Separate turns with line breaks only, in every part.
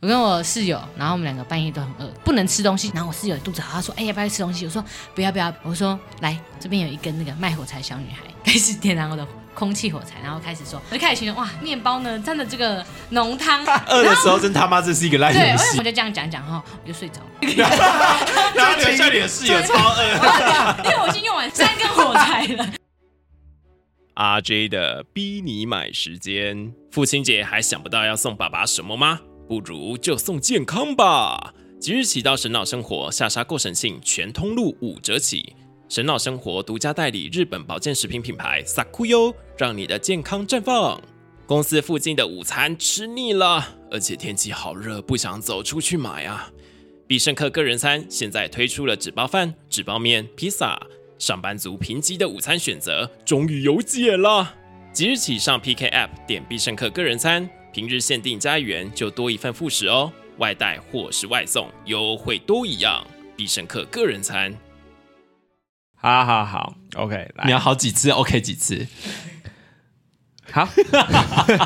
我跟我室友，然后我们两个半夜都很饿，不能吃东西。然后我室友肚子好，他说：“哎、要不要吃东西？”我说：“不要不要。”我说：“来，这边有一根那个卖火柴小女孩，开始点燃我的空气火柴，然后开始说，我就开始形容哇，面包呢沾着这个浓汤，
饿的
然后
时候真他妈这是一个烂
对，
游
我
戏
就。这样讲讲哈，我就睡着了，
然后留下你的室友超饿。
因为我已经用完三根火柴了。
RJ 的逼你买时间。父亲节还想不到要送爸爸什么吗？不如就送健康吧。即日起到神脑生活下杀过神性全通路五折起。神脑生活独家代理日本保健食品品牌 Sakuyo，让你的健康绽放。公司附近的午餐吃腻了，而且天气好热，不想走出去买啊。必胜客个人餐现在推出了纸包饭、纸包面、披萨，上班族贫瘠的午餐选择终于有解了。即日起上 PK App 点必胜客个人餐，平日限定加一元就多一份副食哦，外带或是外送优惠都一样。必胜客个人餐，
好好好，OK，来
你，要好几次，OK 几次？
好，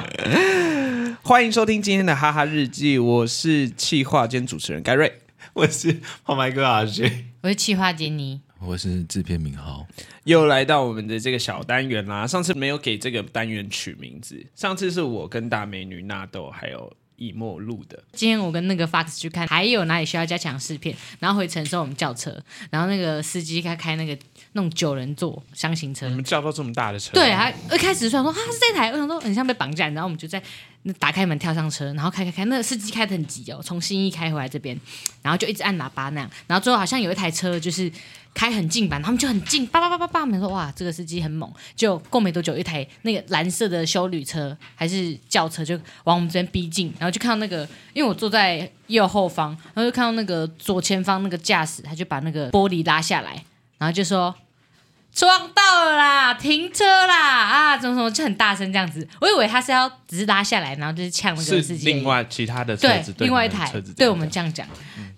欢迎收听今天的哈哈日记，我是企划兼主持人盖瑞。
我是黄白哥 RJ，
我是气化杰尼，
我是制片名号，
又来到我们的这个小单元啦。上次没有给这个单元取名字，上次是我跟大美女纳豆还有以沫录的。
今天我跟那个 Fox 去看还有哪里需要加强试片，然后回程的时候我们叫车，然后那个司机他开那个那种九人座箱型车
你，们叫到这么大的车，
对，他一开始想说啊是这台，我想说很像被绑架，然后我们就在那打开门跳上车，然后开开开，那个司机开的很急哦，从新义开回来这边，然后就一直按喇叭那样，然后最后好像有一台车就是开很近吧，然后他们就很近，叭叭叭叭叭，我们说哇这个司机很猛，就过没多久一台那个蓝色的修旅车还是轿车就往我们这边逼近，然后就看到那个，因为我坐在右后方，然后就看到那个左前方那个驾驶，他就把那个玻璃拉下来，然后就说。撞到了啦，停车啦啊，怎么怎么就很大声这样子。我以为他是要只是拉下来，然后就是呛那
是
个司机而已。
另外其他的车
对
子，
另外一
你们
台
的车子
对我们这样讲，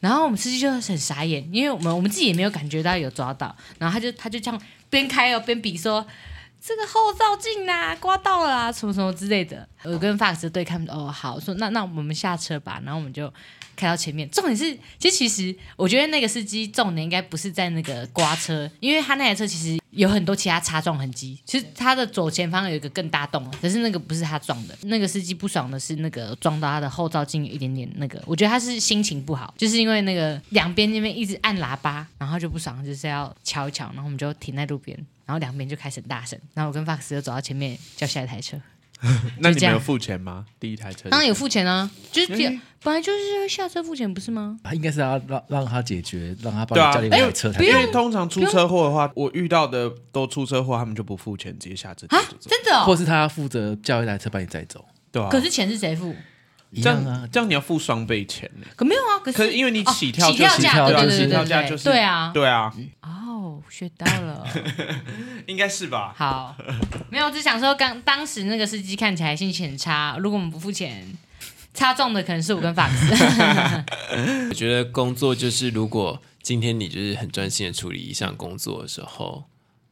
然后我们司机就很傻眼，因为我们我们自己也没有感觉到有抓到，然后他就他就这样边开哦边比说。这个后照镜啊，刮到了啊，什么什么之类的。我跟 Fox 对看，哦，好，说那那我们下车吧，然后我们就开到前面。重点是，其实其实我觉得那个司机重点应该不是在那个刮车，因为他那台车其实有很多其他擦撞痕迹。其实他的左前方有一个更大洞，啊可是那个不是他撞的。那个司机不爽的是那个撞到他的后照镜有一点点那个，我觉得他是心情不好，就是因为那个两边那边一直按喇叭，然后他就不爽，就是要敲一敲，然后我们就停在路边。然后两边就开始很大声，然后我跟 Fox 就走到前面叫下一台车，
那
就
你
这
们
样
有付钱吗？第一台车子
当然有付钱啊，就是第本来就是要下车付钱不是吗？
他应该是要让让他解决，让他帮
对啊
你叫另外一台车才
哎
对。
因
不
为
用
通常出车祸的话，我遇到的都出车祸，他们就不付钱，直接下车
啊
就，走，
真的
或
哦。
是他负责叫一台车把你载走，
对啊。
可是钱是谁付？
一
这
样啊
样。这样你要付双倍钱呢。
可没有啊，可
可
是
是因为你
哦
起跳
起跳
就啊
价，对
是
对
起
对
跳
对
价
对，
就是
对啊，
对啊，
哦，学到了，
应该是 吧？
好，没有，我只想说刚当时那个司机看起来心情很差，如果我们不付钱，擦撞的可能是我跟 Fox，
我觉得工作就是，如果今天你就是很专心的处理一项工作的时候，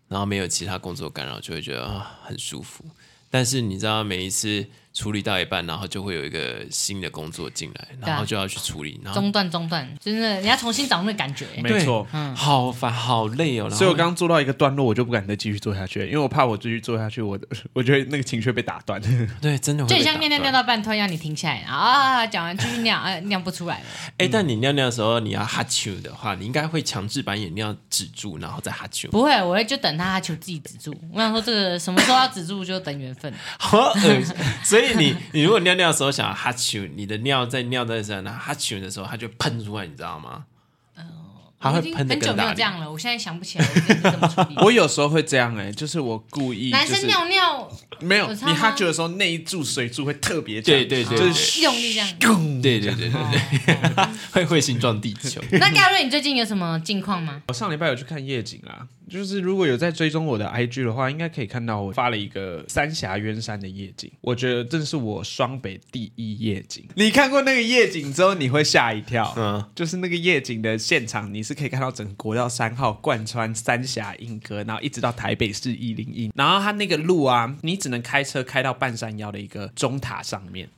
然后没有其他工作干扰，就会觉得啊很舒服。但是你知道，每一次处理到一半，然后就会有一个新的工作进来，
啊
然后就要去处理，然后哎
中断中断，真的你要重新找那个感觉，
没错。
好烦好累哦。然后
所以我刚刚做到一个段落，我就不敢再继续做下去了，因为我怕我继续做下去，我 我觉得那个情绪会被打断。
对真的会
就很
被
像
打
尿尿尿
断
到半，突然让你停下来啊，讲完继续尿，啊，尿不出来了。
哎、但你尿尿的时候，你要哈啾的话，你应该会强制把眼尿止住，然后再哈啾。
不会，我会就等他求自己止住。我想说，这个什么时候要止住就等缘分。
好恶心！ 所以你你如果尿尿的时候想要哈啾，你的尿在尿在身上，然后哈啾的时候，它就喷出来，你知道吗？它
哦我
会
已经
喷的
很久
更
没
大
有
力
这。样了，我现在想不起来我自己怎么处 理。
我有时候会这样哎、就是我故意、就是，
男生尿尿
没有
有差吗
你哈啾的时候，那一注水柱会特别强
对对对，
就
对
是
用力这样，
对对对对对， 会彗星撞地球。
那盖瑞，你最近有什么近况吗？
我上礼拜有去看夜景啦，就是如果有在追踪我的 IG 的话，应该可以看到我发了一个三峡渊山的夜景，我觉得这是我双北第一夜景。你看过那个夜景之后，你会吓一跳，嗯，就是那个夜景的现场，你是可以看到整个国道三号贯穿三峡莺歌，然后一直到台北市一零一，然后它那个路啊，你只能开车开到半山腰的一个钟塔上面。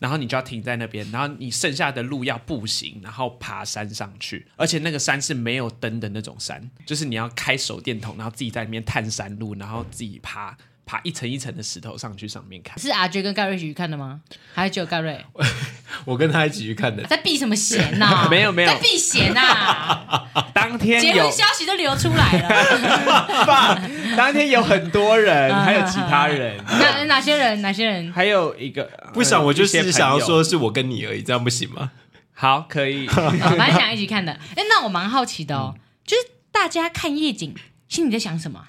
然后你就要停在那边，然后你剩下的路要步行，然后爬山上去，而且那个山是没有灯的那种山，就是你要开手电筒，然后自己在里面探山路，然后自己爬爬一层一层的石头上去上面看。
是阿杰跟盖瑞一起去看的吗？还是只有盖瑞？
我跟他一起去看的，
在避什么嫌呐、
没有没有
在避嫌呐、
当天
结
有
婚消息都流出来了。
爸，当天有很多人，还有其他人，
哪哪些人？哪些人？
还有一个呃
不想我就
一些
是
朋友
想要说是我跟你而已，这样不行吗？
好可 以。
我蛮哦想一起看的。哎，那我蛮好奇的哦，就是大家看夜景，心里在想什么啊？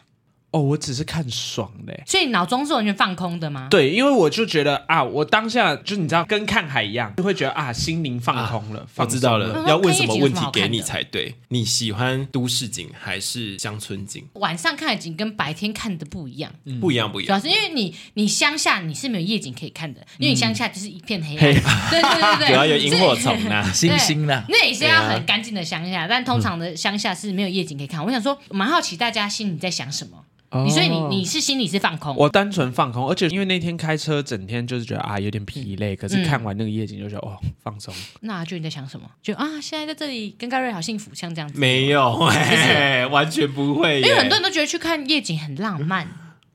哦，我只是看爽嘞、
所以脑中是完全放空的吗？
对，因为我就觉得啊，我当下就你知道，跟看海一样，就会觉得啊，心灵放空了，
啊我
放
知
松
道
了。
嗯
了，要问什么问题给你才对。你喜欢都市景还是乡村景？
晚上看的景跟白天看的不一样，
不一样，不一
主要
样。
是因为你你乡下你是没有夜景可以看的，因为你乡下就是一片黑暗，对对对对，
主要有萤火虫
所以
呐、啊，
星星啦，
那也是要很干净的乡下，但通常的乡下是没有夜景可以看。我想说，蛮好奇大家心里在想什么。
哦
你所以你你是心里是放空，
我单纯放空，而且因为那天开车整天就是觉得啊有点疲累，可是看完那个夜景就觉得、哦放松。
那就你在想什么？就啊，现在在这里跟盖瑞好幸福，像这样子。
没有，哎，完全不会耶。
因为很多人都觉得去看夜景很浪漫，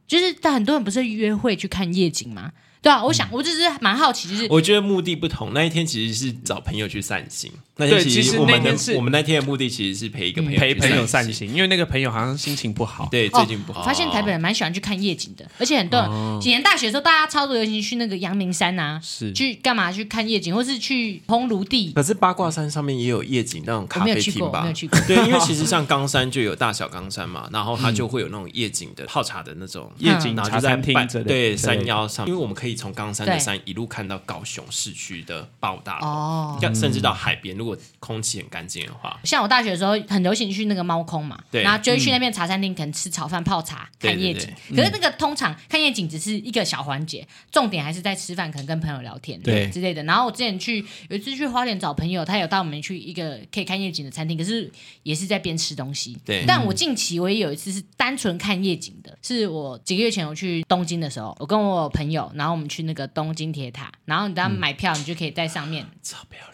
就是但很多人不是约会去看夜景吗？对啊，我想我只是蛮好奇， 就是
嗯我觉得目的不同。那一天其实是找朋友去散 心，那天
对
其
其实
我们
那天
的
是嗯
我们那天的目的其实是陪一个朋友
陪
去
朋友散
散。
心，因为那个朋友好像心情不好。
对，最近不好，哦
哦发现台北人蛮喜欢去看夜景的，而且很多人、以前大学的时候，大家超多流行去那个阳明山啊，
是
去干嘛去看夜景，或是去烘炉地。
可是八卦山上面也有夜景那种
我
咖
没有
啡
去过，
厅
我没
吧
有？去过。
对，因为其 实像冈山就有大小冈山嘛，然后它就会有那种夜景的泡茶的那种
嗯
夜景
然后
茶
就在
餐厅
半
之类的
对
之类的
山腰上，因为我们可以从冈山的
对
山一路看到高雄市区的爆大楼，
哦，
要甚至到海边，如果空气很干净的话，
像我大学的时候很流行去那个猫空嘛，
对嗯
然后就会去那边茶餐厅，可能吃炒饭、泡茶、
对
看夜景。可是那个通常看夜景只是一个小环节，重点还是在吃饭，可能跟朋友聊天
对
之类的。然后我之前去有一次去花莲找朋友，他有带我们去一个可以看夜景的餐厅，可是也是在边吃东西。
对
但我近期我也有一次是单纯看夜景的，是我几个月前我去东京的时候，我跟我朋友，然后我们去那个东京铁塔，然后你只要买票，你就可以在上面
超漂亮。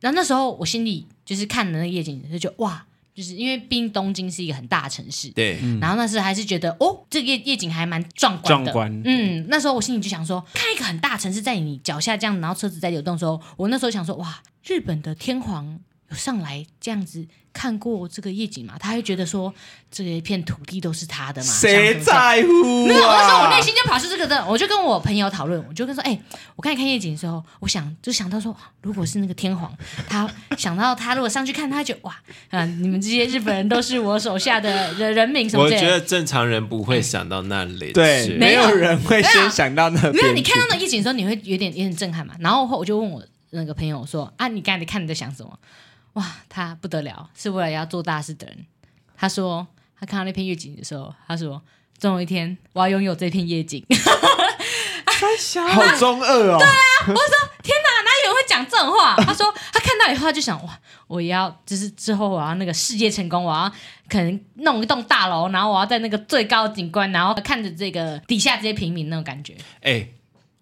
然后那时候我心里就是看了那个夜景，就觉得哇，就是因为毕竟东京是一个很大的城市，
对，
然后那时候还是觉得哦，这个夜夜景还蛮壮观的。
嗯壮观
嗯，那时候我心里就想说，看一个很大的城市在你脚下这样，然后车子在流动的时候，我那时候想说，哇，日本的天皇有上来这样子看过这个夜景吗？他会觉得说这一片土地都是他的吗？
谁
像什么这样
在乎、啊？
没有，那时候我内心就跑出这个的，我就跟我朋友讨论，我就跟他说，哎、我看一看夜景的时候，我想就想到说，啊如果是那个天皇，他想到他如果上去看，他就哇，啊、你们这些日本人都是我手下的人人民什么
我
之类
觉
的。
得正常人不会想到那里去，
对，
没
没
有
有人会先想到那边去。
没有，你看到那夜景的时候，你会有点有点震撼嘛。然后后我就问我那个朋友说，啊，你刚才看你在想什么？哇，他不得了，是为了要做大事的人。他说，他看到那片夜景的时候，他说，总有一天我要拥有这片夜景。
好中二哦，
有人会讲这种话。他说他看到以后他就想哇，我也要就是之后我要那个事业成功，我要可能弄一栋大楼，然后我要在那个最高景观，然后看着这个底下这些平民那种感觉。
哎、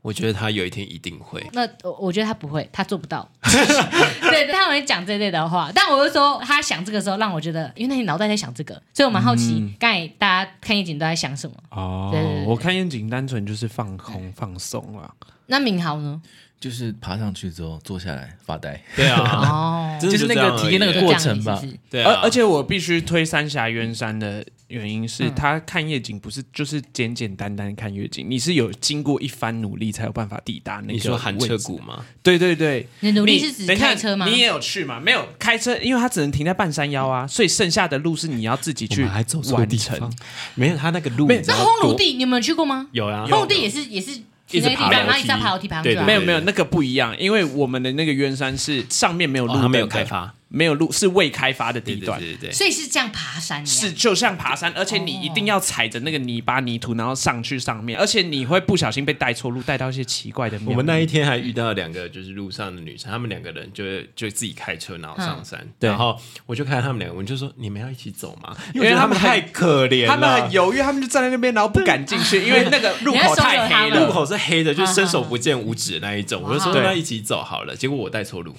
我觉得他有一天一定会。
那我我觉得他不会，他做不到。 对，他会讲这类的话，但我就说他想这个时候让我觉得，因为你脑袋在想这个，所以我蛮好奇，刚、才大家看夜景都在想什么？
哦
对对对
我看夜景单纯就是放空放松啊。
那敏豪呢？
就是爬上去之后坐下来 发呆，
对 啊，
哦，
真的
就是那
这样
个
而
体验那
已
个
就
过
这样
程
你是
吧
不是
对
而
啊，
而且我必须推三峡渊山的原因是，他看夜景不是就是简简单单看夜景，你是有经过一番努力才有办法抵达那个
你说寒
位
彻
置
谷？吗？
对对对，
你的努力是指
等一下
开车吗？
你也有去吗？没有开车，因为它只能停在半山腰啊，所以剩下的路是你要自己去
我们还走错
完
地
成
方。没有，他那个路
没有
你知
那
道
烘炉
多
地你有没有去过吗？
有啊，
烘炉地也是也是
一直
停在
爬
地板，
楼
然后一
梯
直在爬楼梯爬上
对
去
对
啊。
没有没有，那个不一样，因为我们的那个渊山是上面没有路
哦
灯
它
的、
没有开发，
没有路是未开发的地
对对
段，
对对对，
所以是这样爬山一样，
是就像爬山，而且你一定要踩着那个泥巴泥土，然后上去上面，而且你会不小心被带错路，带到一些奇怪的庙宇。
我们那一天还遇到两个就是路上的女生，她们两个人就就自己开车然后上山，
对
嗯然后我就看到她们两个，我就说你们要一起走吗？
因
因
为
为
她
她
们
们
很
太可怜了，
他们很犹豫，他们就站在那边，然后不敢进去，因为那个入口
你在收
太黑
留他
了
们
路。口是黑的，就伸手不见五指的那一种，我就说
哇
那一起走好了。结果我带错路，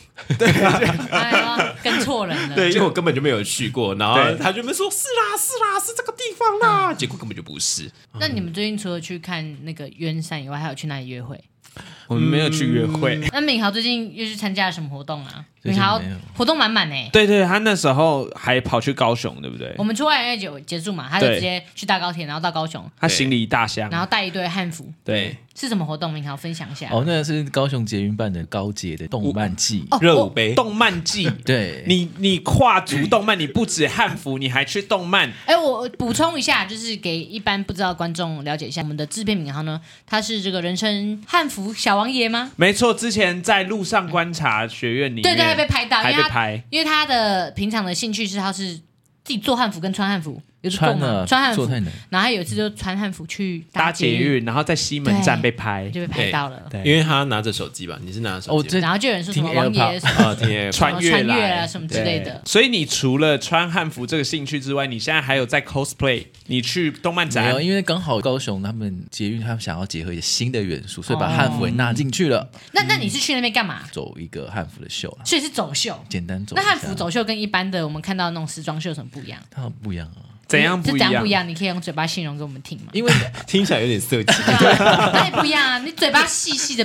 哎呀，跟错人了。
对，因为我根本就没有去过。然后
对
他就们说是啦是啦是这个地方啦，结果根本就不是。
那你们最近除了去看那个渊山以外，还有去哪里约会？
我们没有去约
嗯
会。
那敏豪最近又去参加了什么活动啊？
最近
敏豪
没有
活动满满呢。
对对，他那时候还跑去高雄，对不对
我？们出外就结束嘛，他就直接去搭高铁，然后到高雄，
他行李一大箱，
然后带一堆汉服。
对，
是什么活动？敏豪分享一下。
哦，那个是高雄捷运办的高捷的动漫季，
哦
热舞杯，
动漫季。
对，
你你跨足动漫，你不止汉服，你还去动漫，
哎，我补充一下，就是给一般不知道的观众了解一下，我们的制片敏豪呢，他是这个人称汉服小王爷吗？
没错，之前在路上观察学院里面，
对对，还被拍到，
还
因
被
为他
拍，
因为他的平常的兴趣是他是自己做汉服跟穿汉服，有做
穿
吗
了
穿汉服
做，太难，
然后他有一次就穿汉服去
搭
捷
捷，运，然后在西门站被拍，
就被拍到了。
对
因为他拿着手机吧，你是拿着手
哦
机
这
吗。
然后就有人说什么
听
王
AirPod
爷什么
啊天，
穿越
穿越
来
啊什么之类的
对所以你除了穿汉服这个兴趣之外，你现在还有在 cosplay，你去动漫
没
展
有，，因为刚好高雄他们捷运他们想要结合一些新的元素，所以把
哦
汉服也纳进去了，
那那你是去那边干嘛？
走一个汉服的秀啦，
所以是走秀。
简单走一
那
下。
汉服走秀跟一般的我们看到的那种时装秀有什么不一样？
它不一样啊，？
怎样
是怎
不一
样
样？
不一样？你可以用嘴巴形容给我们听吗
因 为
哦听起来有点色 情。
那也不一样啊，你嘴巴细细的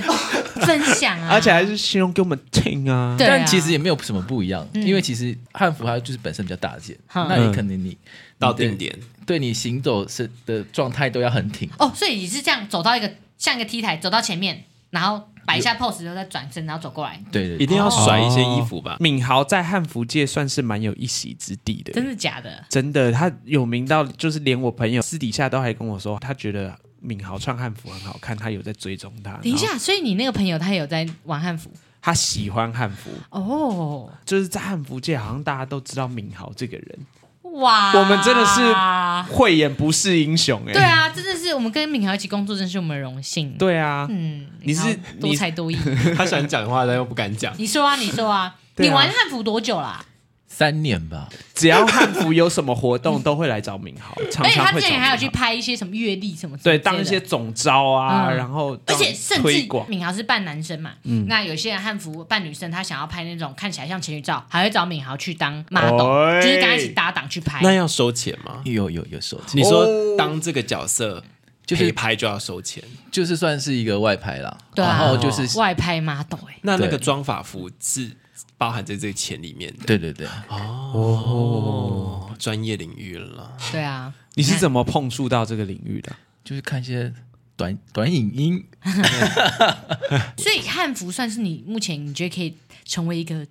分享啊，
而且还是形容给我们听啊。
对啊，
但其实也没有什么不一样，因为其实汉服它就是本身比较大件，
嗯
那你可能你
到
你的
定点，
对你行走是的状态都要很挺。
哦，所以你是这样走到一个像一个 T 台，走到前面，然后摆一下 pose，然后再转身，然后走过来，
对对
一
对，
定要甩一些衣服吧。
敏豪在汉服界算是蛮有一席之地的，
真的假的？
真的，他有名到就是连我朋友私底下都还跟我说，他觉得敏豪穿汉服很好看，他有在追踪他。
等一
然后
下，所以你那个朋友他有在玩汉服
他喜欢汉服，
哦，
就是在汉服界好像大家都知道敏豪这个人，
哇，
我们真的是慧眼不是英雄哎、
啊对，啊，真的是我们跟敏豪一起工作，真是我们的荣幸。，
对啊，
嗯，
你是
敏豪多才多艺，
他想讲话，但又不敢讲。
你说 啊，你说啊，
对啊
你玩汉服多久啊啦？
三年吧，
只要汉服有什么活动都会来找敏豪，常
而且哎
常
他
会
之
找敏
前
豪
还有去拍一些什么阅历什么之类
对
的，
当一些总招啊，
嗯
然后
而
当
且甚
推
至嗯
广。嗯
敏豪是扮男生嘛，那有些人汉服扮女生，他想要拍那种看起来像情侣照，还会找敏豪去当 model，、
哎
就是跟他一起搭档去拍。
那要收钱吗？
有有有手机，
你
哦
说当这个角色
就是
陪哦拍就要收钱，
就是算是一个外拍啦。
对啊
然
哦
后就是
外拍 model 哎、
那那
对
个装法服是包含在这个钱里面的。
对对对，
哦，专业领域了啦。
对啊，
你是怎么碰触到这个领域的？
就是看一些短短影音，
所以汉服算是你目前你觉得可以成为一个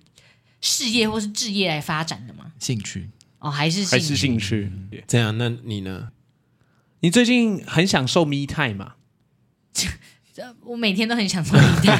事业或是置业来发展的吗？
兴趣
哦，还是兴
还
趣
是兴趣？
这样，那你 呢？
你最近很享受 me time 啊嘛？
嗯我每天都很想做 me time，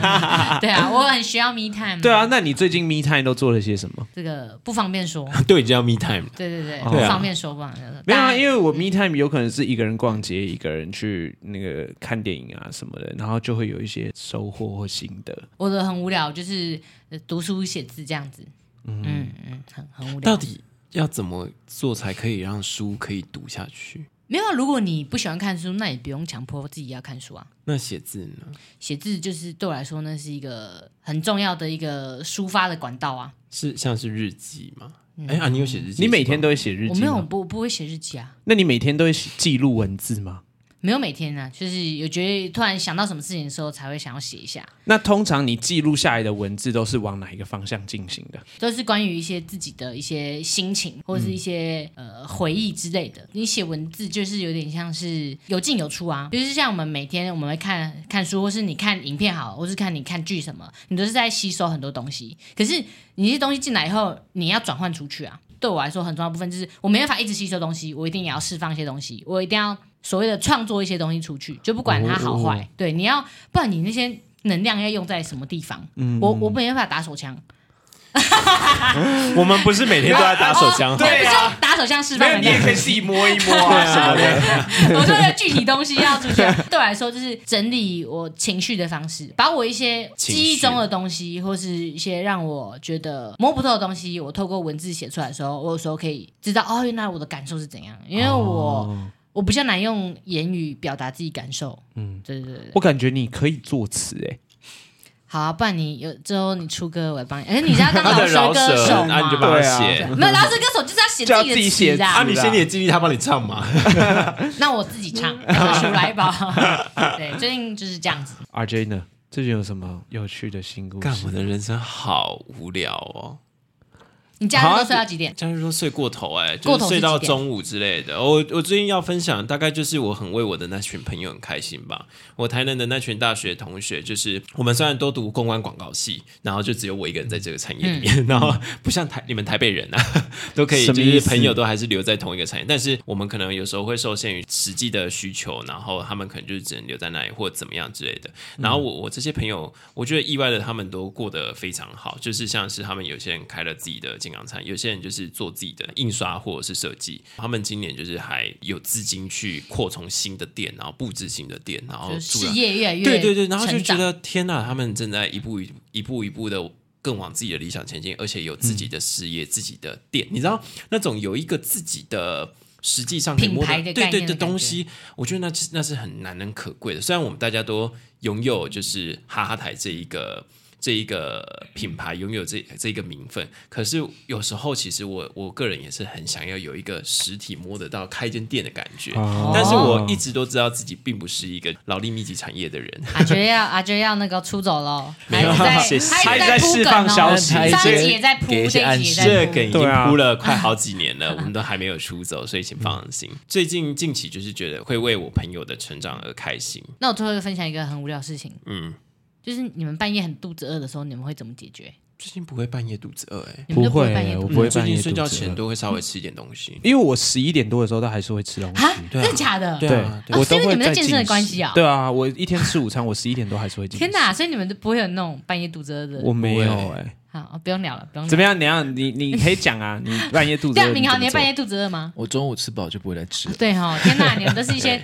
对 啊，我很需要 me time。
对，啊，那你最近 me time 都做了些什么？
这个不方便说，
都已经要 me time 了。
对对对，
哦
不方便说吧。
没有啊，因
为
为我 me time 有可能是一个人逛街，一个人去那个看电影啊什么的，然后就会有一些收获或心得。
我的很无聊，就是呃读书写字这样子。嗯嗯，很很无聊。
到底要怎么做才可以让书可以读下去？
没有啊？如果你不喜欢看书，那也不用强迫自己要看书啊。
那写字呢？
写字就是对我来说，那是一个很重要的一个抒发的管道啊。
是像是日记吗？
嗯
哎啊，你有写日记？
你每天都会写日
我
记啊
没有
吗？
不不会写日记啊，
那你每天都会写记录文字吗？
没有每天啊，就是有觉得突然想到什么事情的时候才会想要写一下，
那通常你记录下来的文字都是往哪一个方向进行的？
都是关于一些自己的一些心情或者是一些、呃回忆之类的。你写文字就是有点像是有进有出啊，就是像我们每天我们会看看书，或是你看影片好，或是看你看剧什么，你都是在吸收很多东西。可是你这些东西进来以后，你要转换出去啊。对我来说很重要的部分就是，我没办法一直吸收东西，我一定也要释放一些东西，我一定要所谓的创作一些东西出去，就不管它好坏。对，你要不然你那些能量要用在什么地方？我我没办法打手枪，
我们不是 每天都
啊
在打手
哦
枪，
对、哦
啊
不就打手枪示范能量。
以自己摸一摸啊什么 的。
我说的具体东西要出去， 对我来说就是整理我情绪的方式，把我一些记忆中的东西，或是一些让我觉得摸不透的东西，我透过文字写出来的时候，我有时候可以知道哦，原来我的感受是怎样，因为我、我比较难用言语表达自己感受。嗯，对对对。对
我感觉你可以作词哎，
好啊，不然你有之后你出歌，我来帮你。哎，你是要当 饶舌
饶舌
歌手，
那你就
吗？
帮他
对啊
写。
没有饶舌歌手就是要写
就要
自
自己
己的
写
词啊，
啊，你写你的经历，他帮你唱嘛？
啊
那我自己唱，数来宝。对，最近就是这样子。
RJ 呢？最近有什么有趣的新 故
干，
事？
我的人生好无聊哦。
你假日都睡到几点？
假如说睡过头、哎，就
过头
是
是
睡到中午之类的。我我最近要分享，大概就是我很为我的那群朋友很开心吧。我台南的那群大学同学，就是我们虽然都读公关广告系，然后就只有我一个人在这个产业里面，然后不像台你们台北人啊， 都可以
什
就
么意
是
思啊
朋友都还是留在同一个产业，但是我们可能有时候会受限于实际的需求，然后他们可能就是只能留在那里或怎么样之类的。然后我我这些朋友，我觉得意外的他们都过得非常好，就是像是他们有些人开了自己的健康餐，有些人就是做自己的印刷或者是设计，他们今年就是还有资金去扩充新的店，然后布置新的店，然后
就是
住
事
了
业越来越
对对对，然后就
成
觉
长
得天呐，他们正在一步一步一步一步的更往自己的理想前进，而且有自己的事业、自己的店，你知道那种有一个自己的。实际上可以摸
品
到
牌的概
对
念
对的
的感
东西，我觉得那是那是很难能可贵的。虽然我们大家都拥有就是哈哈台这一个这一个品牌，拥有这这一个名分，可是有时候其实我我个人也是很想要有一个实体摸得到开一间店的感觉。
哦
但是我一直都知道自己并不是一个劳力密集产业的人，
阿爵要阿爵要那个出走喽，
没有
他
谢
一直
谢
在他一直在铺
他一直在释
梗
放消
哦，
息
上一集也在铺，
给一些
这一集也
暗示
在
这
铺。
梗已经
对啊
铺了快好几年了，我们都还没有出走，所以请放
嗯
心。最近近期就是觉得会为我朋友的成长而开心，
那我最后分享一个很无聊的事情，
嗯。
就是你们半夜很肚子饿的时候，你们会怎么解决？
最近不会半夜肚子饿哎、
你们就
不
会
会
半夜
我
肚子
不会
最
半夜
近
肚子饿
睡觉前都会稍微吃一点东西。
因为我十一点多的时候都还是会吃东西
啊。？真的假的？
对啊
哦
我
是
都
因为
会
你们在
在
健身的
进
关
食
系啊
对啊，我一天吃午餐，我十一点多还是会进食。
天哪！所以你们都不会有那种半夜肚子饿的。
我没有
不会
哎，
好，哦不用聊了，不用聊。
怎么样？你要你你可以 讲啊，你半夜肚子
嗯这
饿
样，
怎
明
么
豪，
做，
你会半夜肚子饿吗？
我中午吃饱就不会 再吃了。
对哈、哦，天哪，你们都是一些，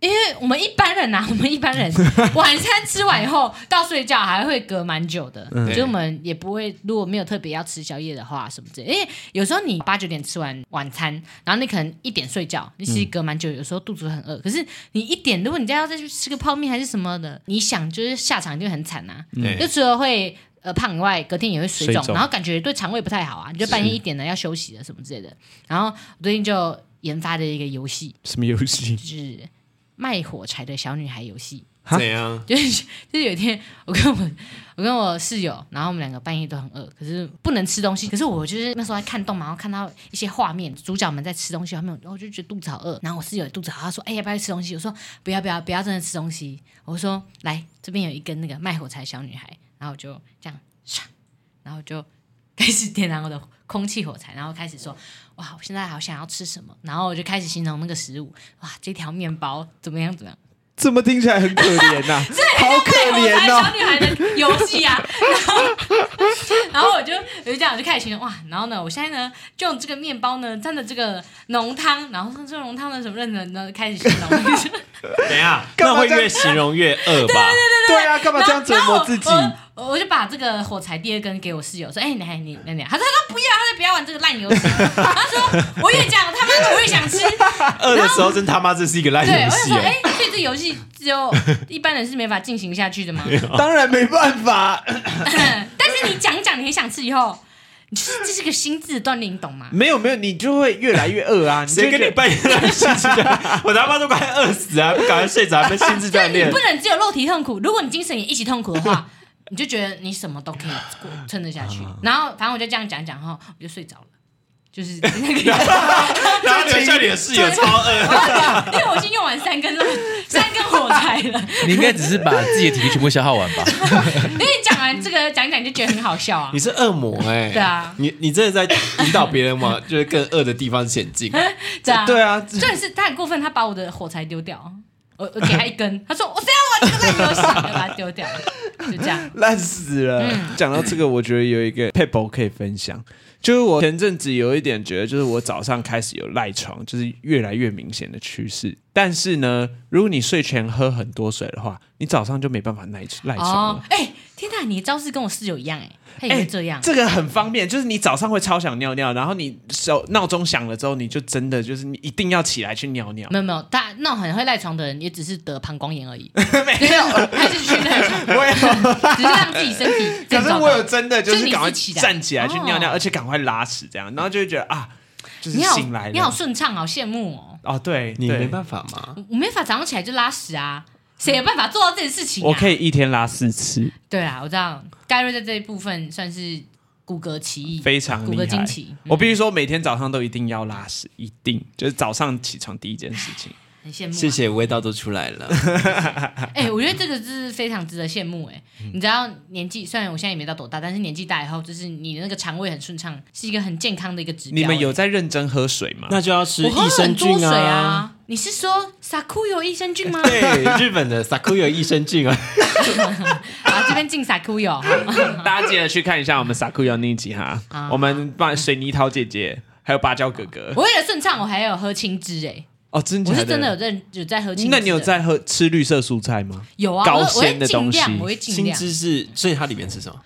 因为我们一般人呐、啊，我们一般人晚餐吃完以后到睡觉还会隔蛮久的，所以我们也不会，如果没有特别要吃宵夜的话什么之类，因为有时候你八九点吃完晚餐，然后你可能一点睡觉，你其实隔蛮久，有时候肚子会很饿，可是你一点，如果你再要再去吃个泡面还是什么的，你想就是下场就很惨啊，
对
就除了会。呃，胖以外，隔天也会水
水
肿，
肿
然后感觉对肠胃不太好啊，你就半夜一点了要休息了什么之类的。然后我最近就研发了一个游戏，
什么游戏？
就是卖火柴的小女孩游戏。
哈
怎样？
就是就是有一天，我跟我我跟我室友，然后我们两个半夜都很饿，可是不能吃东西。可是我就是那时候在看动漫，然后看到一些画面，主角们在吃东西，他们然后我就觉得肚子好饿。然后我室友也肚子好饿，他说：“哎、要不要吃东西？”我说：“不要不要不要，真的吃东西。”我说：“来，这边有一根那个卖火柴小女孩。”然后我就这样唰，然后就开始点燃我的空气火柴，然后开始说。哇！我现在好想要吃什么，然后我就开始形容那个食物。哇，这条面包怎么样？怎么样？
怎么听起来很可怜 啊呐？好可怜
小
哦！
女孩的游戏啊， 然后然后我就我就这样我就开始形容哇，然后呢，我现在呢就用这个面包呢蘸着这个浓汤，然后用这个浓汤呢什么认真呢开始形容，
怎样？
干
那
嘛
会
这样
越形容越饿吧？
对啊，干嘛这样折磨自己？
然后我我我就把这个火柴第二根给我室友说，哎、你还你那那，他说他说不要，他说不要玩这个烂游戏，他说我越讲他妈的我越 想吃，
饿的时候真他妈这是一个烂
对，我
游
就
戏
哦
说
耶，
哎、所以这游戏只有一般人是 没法进行下去的吗？
当然没办法，
但是你讲一讲，你很想吃以后，你就是这是个心智的锻炼，你懂吗？
没有没有，你就会越来越饿啊！你就
谁
会
跟
觉
你
得
半夜来心智锻炼？我他妈都快饿死啊！赶快睡着，还被心
哎
智
就是
锻
你
炼
不。能只有肉体痛苦，如果你精神也一起痛苦的话， 你就觉得你什么都可以过撑得下去。然后反正我就这样讲讲后，我就睡着了。就是那个，
然后留下你的室友超饿，
因为我已经用完三根了，三根火柴了。
你应该只是把自己的体力全部消耗完吧？
因为讲完这个讲一讲你就觉得很好笑啊
你。是恶魔哎、
对啊
你你真的在引导别人往就是更恶的地方前进。
对啊，
对啊，这
重点是他很过分，他把我的火柴丢掉，我我给他一根，他说我谁要玩这个烂游戏，我就把它丢掉，就这样。
烂死了。
嗯
讲到这个，我觉得有一个 p e p l 可以分享，就是我前阵子有一点觉得，就是我早上开始有赖床，就是越来越明显的趋势。但是呢，如果你睡前喝很多水的话，你早上就没办法赖赖床
哦
了。，
哎、天哪，你的招式跟我室友一样、哎，他也
哎
会这样。
这个很方便，就是你早上会超想尿尿，然后你手闹钟响了之后，你就真的就是你一定要起来去尿尿。
没有没有，他那种很会赖床的人，也只是得膀胱炎 而已，没有，他就是去赖床，
我有，
只是让自己身体
可
正
是
常。
我有真的就
就是你
赶快
自己起来
站起来去尿尿，
哦嗯
而且赶快拉屎这样，然后就会觉得啊，就是
你好
醒来，了。
你好顺畅，好羡慕哦！
哦，对，
你
对
没办法吗？
我没法早上起来就拉屎啊，
嗯
谁有办法做到这件事情、啊？
我可以一天拉四次，
对啊，我知道盖瑞在这一部分算是骨骼奇异，
非常
骨
厉
骼
害
惊奇。。嗯
我必须说，每天早上都一定要拉屎，一定就是早上起床第一件事情。
很羡慕、啊，
谢。谢，味道都出来 了。
啊
哎、我觉得这个是非常值得羡慕哎、
嗯
你知道年纪，虽然我现在也没到多大，但是年纪大以后，就是你的那个肠胃很顺畅，是一个很健康的一个指标、
你们有
哎
在认真喝水吗？
那就要吃
我喝
益生
很多
菌
水！啊？你是说撒库有益生菌吗？
对，日本的 Sakuya 益生菌啊，
啊，这边进撒库有。
大家记得去看一下我们萨库要那一集哈
啊，
我们把水泥桃姐姐还有芭蕉哥哥
我为了顺畅，我还有喝青汁哎、
哦，真的
我
假
是真的有在有在喝青汁的。
那你有在喝吃绿色蔬菜吗？
有啊？
高
我我会
纤的
尽
东西
量，我会尽
新
量。
知识，所以它里面是什么？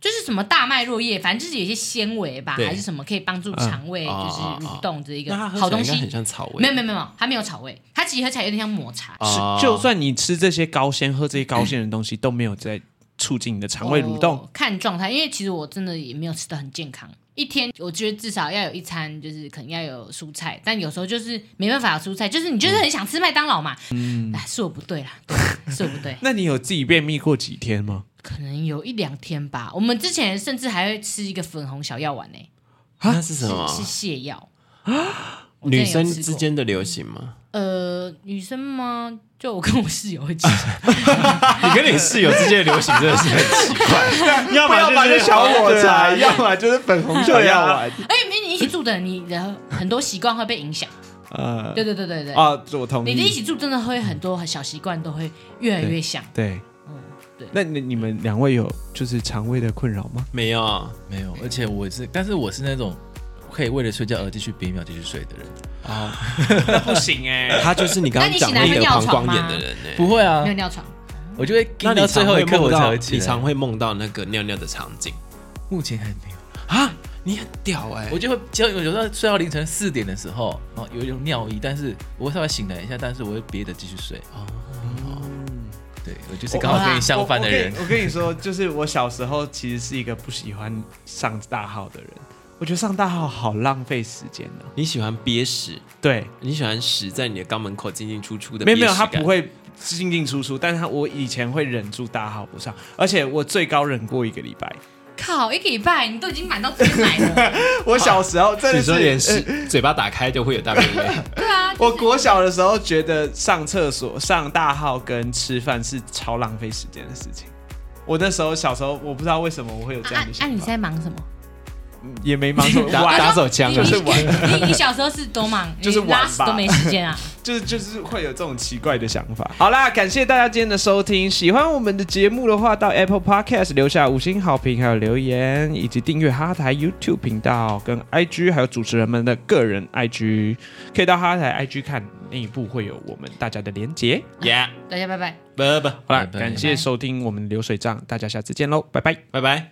就是什么大麦若叶，反正就是有一些纤维吧，
对
还是什么可以帮助肠胃就是蠕动这一个
那它喝
好
起
东
来应该很
西。
像草味，
没有没有没有，它没有草味，它其实喝起来有点像抹茶。
哦
是，就算你吃这些高纤、喝这些高纤的东西，都没有在促进你的肠胃蠕动。
哦看状态，因为其实我真的也没有吃的很健康。一天，我觉得至少要有一餐，就是可能要有蔬菜，但有时候就是没办法有蔬菜，就是你就是很想吃麦当劳嘛。嗯，是我不对啦，对，是我不对
，那你有自己便秘过几天吗？
可能有一两天吧。我们之前甚至还会吃一个粉红小药丸呢、
那是什么？
是是泻药。
女生之间的流 行吗？
呃，女生吗？就我跟我室友 一起，
你跟你室友之间的流行真的是很奇怪，要么
要么
就是啊
就小火柴，要么就是粉红小药
丸
丸。
哎，没你一起住的，你的很多习惯会被影响。
呃
对对对对对，
啊，这我同
你的一
意。
起住真的会很多小习惯都会越来越像。
对，
嗯对
那你你们两位有就是肠胃的困扰吗？
没有，
没有，而且我是，但是我是那种可以为了睡觉而继续憋尿、继续睡的人。
不行哎、
他就是你刚
那
刚
你
讲
醒来
那
会
个
尿
膀
床
胱
吗
炎的人呢。
不会啊
没有，尿床，
我就会
那
盯
你
到最后一刻我才会起
你常
来。
会梦到那个尿尿的场景
目前还没有，
啊？你很屌
欸
哎
我！就会只要有时候睡到凌晨四点的时候，哦，有一种尿意，但是我会稍微醒来一下，但是我会憋着继续睡。哦，对我就是刚好跟你相反的人
我。我跟你我跟你说，就是我小时候其实是一个不喜欢上大号的人，我觉得上大号好浪费时间啊呢、
你喜欢憋屎，
对，
你喜欢屎在你的肛门口进进出出的
没
憋屎
有没
感，
有，他不会进进出出，但是他我以前会忍住大号不上，而且我最高忍过一个礼拜。
靠，一个礼拜你都已经满到这边来了。
我小时候真
你
的
说连
是。
是嘴巴打开就会有大便 味，
对啊，
我国小的时候觉得上厕所、上大号跟吃饭是超浪费时间的事情。我那时候小时候，我不知道为什么我会有 这
啊
样的
啊！
想
你
法，
在忙什么？
也没忙什么，
打
玩
打手 枪
你
啊
就！是玩，
你你小时候是多忙，
就是
你拉
玩
屎
吧
都没时间啊。
就是就是会有这种奇怪的想法。好啦，感谢大家今天的收听，喜欢我们的节目的话，到 Apple Podcast 留下五星好评，还有留言，以及订阅哈台 YouTube 频道跟 IG，还有主持人们的个人 IG，可以到哈台 IG 看内部会有我们大家的连结。
耶，
大家拜拜。
不不，
好啦，
拜拜
感谢收听我们的流水账，大家下次见喽，拜拜。
拜拜。